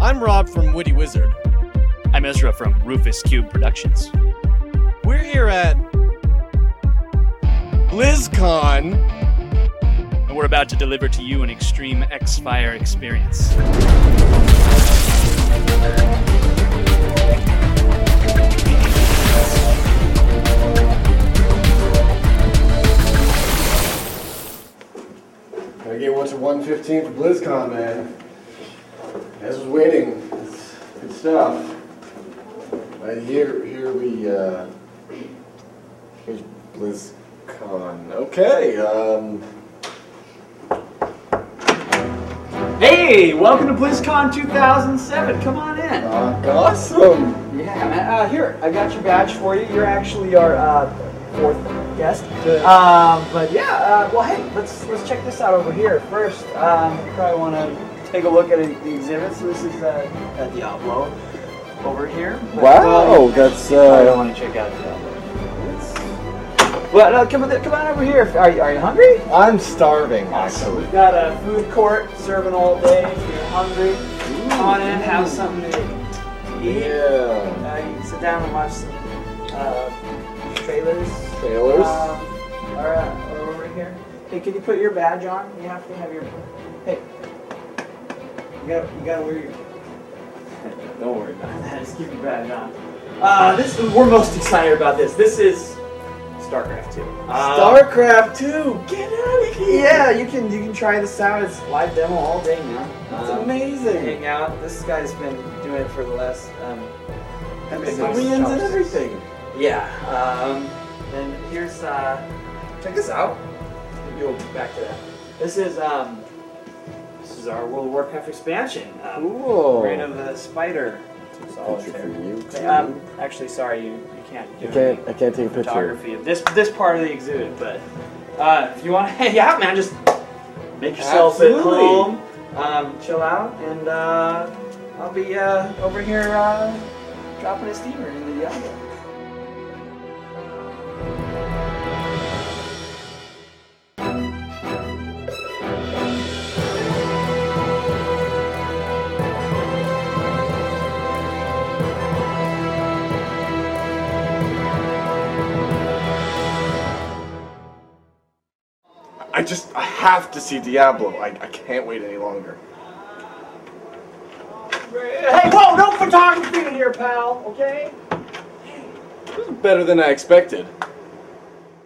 I'm Rob from Woody Wizard. I'm Ezra from Rufus Cube Productions. We're here at BlizzCon. And we're about to deliver to you an extreme X Fire experience. Gotta get one to 115 for BlizzCon, man. As was waiting. It's good stuff. But here, here we, uh, here's BlizzCon. Okay, um, Hey, welcome to BlizzCon 2007. Come on in. uh, awesome. Yeah, man. Uh, here, I got your badge for you. You're actually our uh, fourth guest. Um, but yeah, uh, well, hey, let's let's check this out over here first. Um, you probably want to take a look at the exhibits. This is uh, uh, Diablo over here. But, Wow, uh, that's, you probably uh, don't want to check out Diablo. Well, no, come, on- come on over here. Are you, are you hungry? I'm starving, actually. We've got a food court serving all day. If you're hungry, come on in, have something to eat. Yeah. Uh, you can sit down and watch some uh, trailers. Trailers? Um, or, uh, or over here. Hey, can you put your badge on? You have to have your. Hey, you gotta, you gotta wear your. Don't worry about that. Just keep your badge on. Uh, this we're most excited about this. This is StarCraft 2. StarCraft 2, get out of here. Yeah, you can you can try this out. It's live demo all day now. It's Um, amazing. Hang out. This guy's been doing it for the last um, Aliens and everything. yeah. Um, and here's uh, check this out. Maybe we'll get back to that. This is um, this is our World of Warcraft expansion. Um, Cool. Reign of the Spider. Picture for Solitaire. you, too. Um, actually, sorry, you, you can't do I can't, any I can't take a picture. photography of this this part of the exhibit, but uh, if you want to hang out, man, just make yourself at Absolutely. home, um, chill out, and uh, I'll be uh, over here uh, dropping a steamer into the audience. I just I have to see Diablo. I, I can't wait any longer. Hey, whoa, no photography in here, pal, okay? This is better than I expected.